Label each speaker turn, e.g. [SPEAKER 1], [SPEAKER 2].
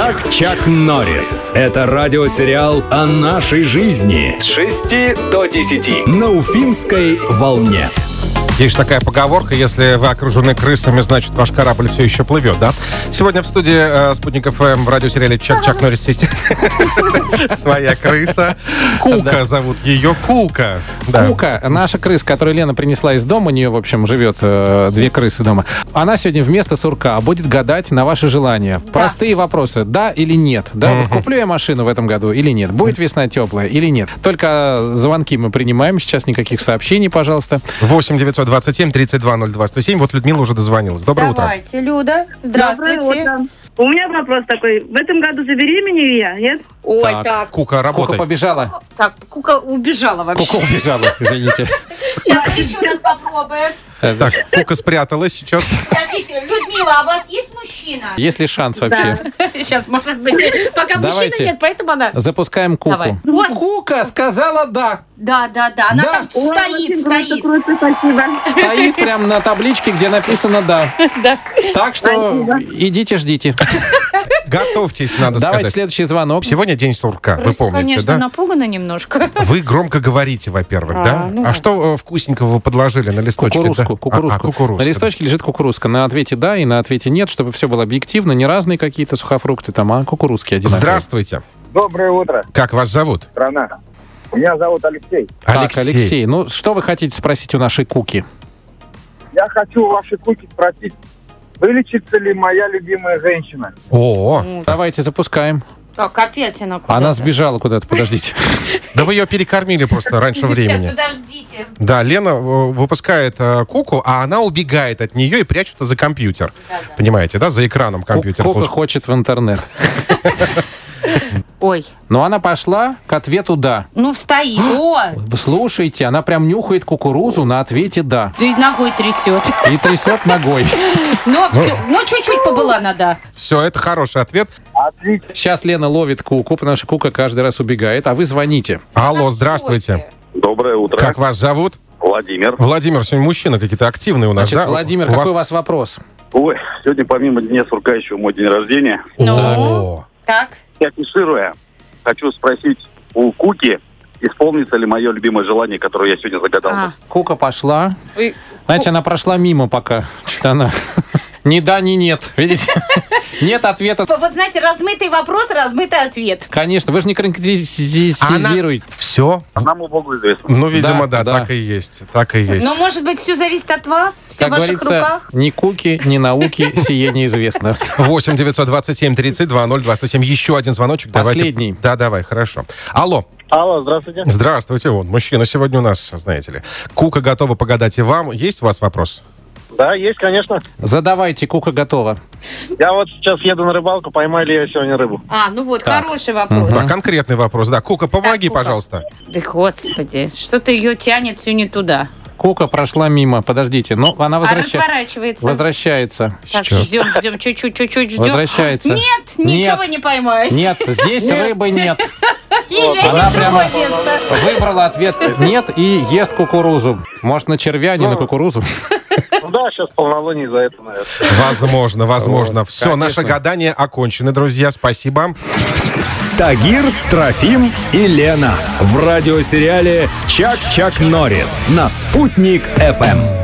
[SPEAKER 1] Чак-Чак Норрис. Это радиосериал о нашей жизни.
[SPEAKER 2] С 6 до 10.
[SPEAKER 1] На Уфимской волне.
[SPEAKER 3] Есть такая поговорка, если вы окружены крысами, значит, ваш корабль все еще плывет, да? Сегодня в студии э, Спутник ФМ в радиосериале Чак-Чак Норрис есть своя крыса. Кука зовут ее, Кука. Да.
[SPEAKER 4] Кука, наша крыса, которую Лена принесла из дома, у нее, в общем, живет э, две крысы дома. Она сегодня вместо сурка будет гадать на ваши желания. Простые вопросы. Да или нет? Да, вот куплю я машину в этом году или нет? Будет весна теплая или нет? Только звонки мы принимаем сейчас, никаких сообщений, пожалуйста.
[SPEAKER 3] 8 927 32 02 107. Вот Людмила уже дозвонилась. Доброе утро.
[SPEAKER 5] Давайте, Люда, здравствуйте.
[SPEAKER 6] Доброе утро. У меня вопрос такой. В этом году забеременею я, нет?
[SPEAKER 5] Ой,
[SPEAKER 3] Так,
[SPEAKER 5] так,
[SPEAKER 3] Кука,
[SPEAKER 4] Кука
[SPEAKER 3] работай.
[SPEAKER 4] побежала.
[SPEAKER 5] так, Кука убежала вообще.
[SPEAKER 4] Кука убежала, извините.
[SPEAKER 7] Сейчас еще раз попробуем.
[SPEAKER 3] Так, Кука спряталась сейчас.
[SPEAKER 7] Подождите, Людмила, а у вас есть мужчина?
[SPEAKER 4] Есть ли шанс вообще?
[SPEAKER 5] Сейчас, может быть, пока
[SPEAKER 4] Давайте.
[SPEAKER 5] мужчины нет, поэтому она...
[SPEAKER 4] Запускаем
[SPEAKER 5] Давай.
[SPEAKER 4] Куку.
[SPEAKER 5] Вот.
[SPEAKER 4] Кука сказала да.
[SPEAKER 5] Да, да, да, она
[SPEAKER 4] Да.
[SPEAKER 5] там
[SPEAKER 6] Ой,
[SPEAKER 5] стоит,
[SPEAKER 6] очень
[SPEAKER 5] стоит.
[SPEAKER 6] Круто, круто, спасибо.
[SPEAKER 4] Стоит прям на табличке, где написано да. Так что идите, ждите.
[SPEAKER 3] Готовьтесь, надо
[SPEAKER 4] Давайте
[SPEAKER 3] сказать.
[SPEAKER 4] следующий звонок.
[SPEAKER 3] Сегодня день сурка, вы
[SPEAKER 5] Просто,
[SPEAKER 3] помните,
[SPEAKER 5] конечно,
[SPEAKER 3] да?
[SPEAKER 5] напугана немножко.
[SPEAKER 3] Вы громко говорите, во-первых, да? А что э, вкусненького вы подложили на листочке?
[SPEAKER 4] Кукурузку,
[SPEAKER 3] да? А, а,
[SPEAKER 4] кукурузку.
[SPEAKER 3] кукурузку,
[SPEAKER 4] На листочке лежит кукурузка. На ответе да и на ответе нет, чтобы все было объективно, не разные какие-то сухофрукты там, а кукурузки
[SPEAKER 3] да.
[SPEAKER 4] одинаковые.
[SPEAKER 3] Здравствуйте.
[SPEAKER 8] Доброе утро,
[SPEAKER 3] Как вас зовут?
[SPEAKER 8] страна. Меня зовут Алексей.
[SPEAKER 4] Так, Алексей. ну что вы хотите спросить у нашей Куки?
[SPEAKER 8] Я хочу у вашей куки спросить, вылечится ли моя любимая женщина?
[SPEAKER 3] О,
[SPEAKER 4] Давайте запускаем.
[SPEAKER 5] Так, опять она куда-то.
[SPEAKER 4] Она сбежала куда-то, подождите.
[SPEAKER 3] да вы ее перекормили просто раньше
[SPEAKER 7] Сейчас,
[SPEAKER 3] времени.
[SPEAKER 7] подождите.
[SPEAKER 3] Да, Лена э, выпускает э, куку, а она убегает от нее и прячется за компьютер. Понимаете, да? За экраном компьютера.
[SPEAKER 4] Кука
[SPEAKER 3] получ-
[SPEAKER 4] хочет в интернет.
[SPEAKER 5] Ой,
[SPEAKER 4] Но она пошла к ответу да.
[SPEAKER 5] ну стоит. О,
[SPEAKER 3] А!
[SPEAKER 4] Вы Слушайте, она прям нюхает кукурузу на ответе да.
[SPEAKER 5] и ногой трясет.
[SPEAKER 4] И трясет ногой.
[SPEAKER 3] Ну.
[SPEAKER 5] Но всё, но чуть-чуть побыла надо.
[SPEAKER 3] Все, это хороший ответ.
[SPEAKER 8] Отлично.
[SPEAKER 4] Сейчас Лена ловит Куку, потому что Кука каждый раз убегает, а вы звоните.
[SPEAKER 3] Алло, здравствуйте.
[SPEAKER 9] Доброе утро.
[SPEAKER 3] Как вас зовут?
[SPEAKER 9] Владимир.
[SPEAKER 3] Владимир, сегодня мужчины какие-то активные у нас,
[SPEAKER 4] Значит,
[SPEAKER 3] А да?
[SPEAKER 4] Владимир,
[SPEAKER 3] у
[SPEAKER 4] какой
[SPEAKER 3] вас...
[SPEAKER 4] у вас вопрос?
[SPEAKER 9] Ой, сегодня помимо Дня Сурка еще мой день рождения.
[SPEAKER 3] О,
[SPEAKER 5] Так,
[SPEAKER 9] Я фишируя, хочу спросить у Куки, исполнится ли мое любимое желание, которое я сегодня загадал.
[SPEAKER 5] а,
[SPEAKER 4] Кука пошла.
[SPEAKER 5] вы-
[SPEAKER 4] Знаете, она прошла мимо пока. Что-то она... Ни да, ни нет. Видите? Нет ответа.
[SPEAKER 7] Вот знаете, размытый вопрос, размытый ответ.
[SPEAKER 4] Конечно, вы же не
[SPEAKER 3] она...
[SPEAKER 4] конкретизируете.
[SPEAKER 3] Все?
[SPEAKER 9] Одному Богу известно.
[SPEAKER 3] Ну, видимо,
[SPEAKER 4] Да,
[SPEAKER 3] да,
[SPEAKER 4] да.
[SPEAKER 3] так и есть. Так и есть.
[SPEAKER 5] но, может быть, все зависит от вас, все
[SPEAKER 4] Как
[SPEAKER 5] в ваших
[SPEAKER 4] говорится,
[SPEAKER 5] руках.
[SPEAKER 4] ни куки, ни науки сие неизвестно.
[SPEAKER 3] 8 927 32 02 107. Еще один звоночек. Давайте.
[SPEAKER 4] Последний.
[SPEAKER 3] Да, давай, хорошо. Алло.
[SPEAKER 8] Алло, здравствуйте.
[SPEAKER 3] Здравствуйте, он мужчина сегодня у нас, знаете ли. Кука готова погадать и вам. Есть у вас вопрос?
[SPEAKER 8] Да, есть, конечно.
[SPEAKER 4] Задавайте, кука готова.
[SPEAKER 8] Я вот сейчас еду на рыбалку, поймаю ли я сегодня рыбу.
[SPEAKER 5] А, ну вот,
[SPEAKER 4] Так.
[SPEAKER 5] хороший вопрос.
[SPEAKER 3] Да, конкретный вопрос, да. Кука, помоги,
[SPEAKER 5] Так, Кука.
[SPEAKER 3] пожалуйста.
[SPEAKER 5] Да господи, что-то ее тянет все не туда.
[SPEAKER 4] Кука прошла мимо. Подождите. Ну, она
[SPEAKER 5] А
[SPEAKER 4] возвращается.
[SPEAKER 5] разворачивается.
[SPEAKER 4] Возвращается.
[SPEAKER 5] Так,
[SPEAKER 3] Сейчас.
[SPEAKER 5] ждем, ждем, чуть-чуть, чуть-чуть ждем.
[SPEAKER 4] Возвращается.
[SPEAKER 5] Нет, ничего
[SPEAKER 4] Нет.
[SPEAKER 5] не поймаешь.
[SPEAKER 4] Нет, здесь рыбы нет.
[SPEAKER 5] Езжай
[SPEAKER 4] Она
[SPEAKER 5] в другое
[SPEAKER 4] прямо-
[SPEAKER 5] место.
[SPEAKER 4] Выбрала ответ нет и ест кукурузу. Может, на червя, а не на кукурузу?
[SPEAKER 8] Ну да, сейчас полнолуние за это, наверное.
[SPEAKER 3] Возможно, возможно.
[SPEAKER 4] Вот,
[SPEAKER 3] Все, наше
[SPEAKER 4] конечно.
[SPEAKER 3] гадание окончено, друзья. Спасибо.
[SPEAKER 1] Тагир, Трофим и Лена в радиосериале Чак-Чак Норрис на «Спутник Эм». ФМ».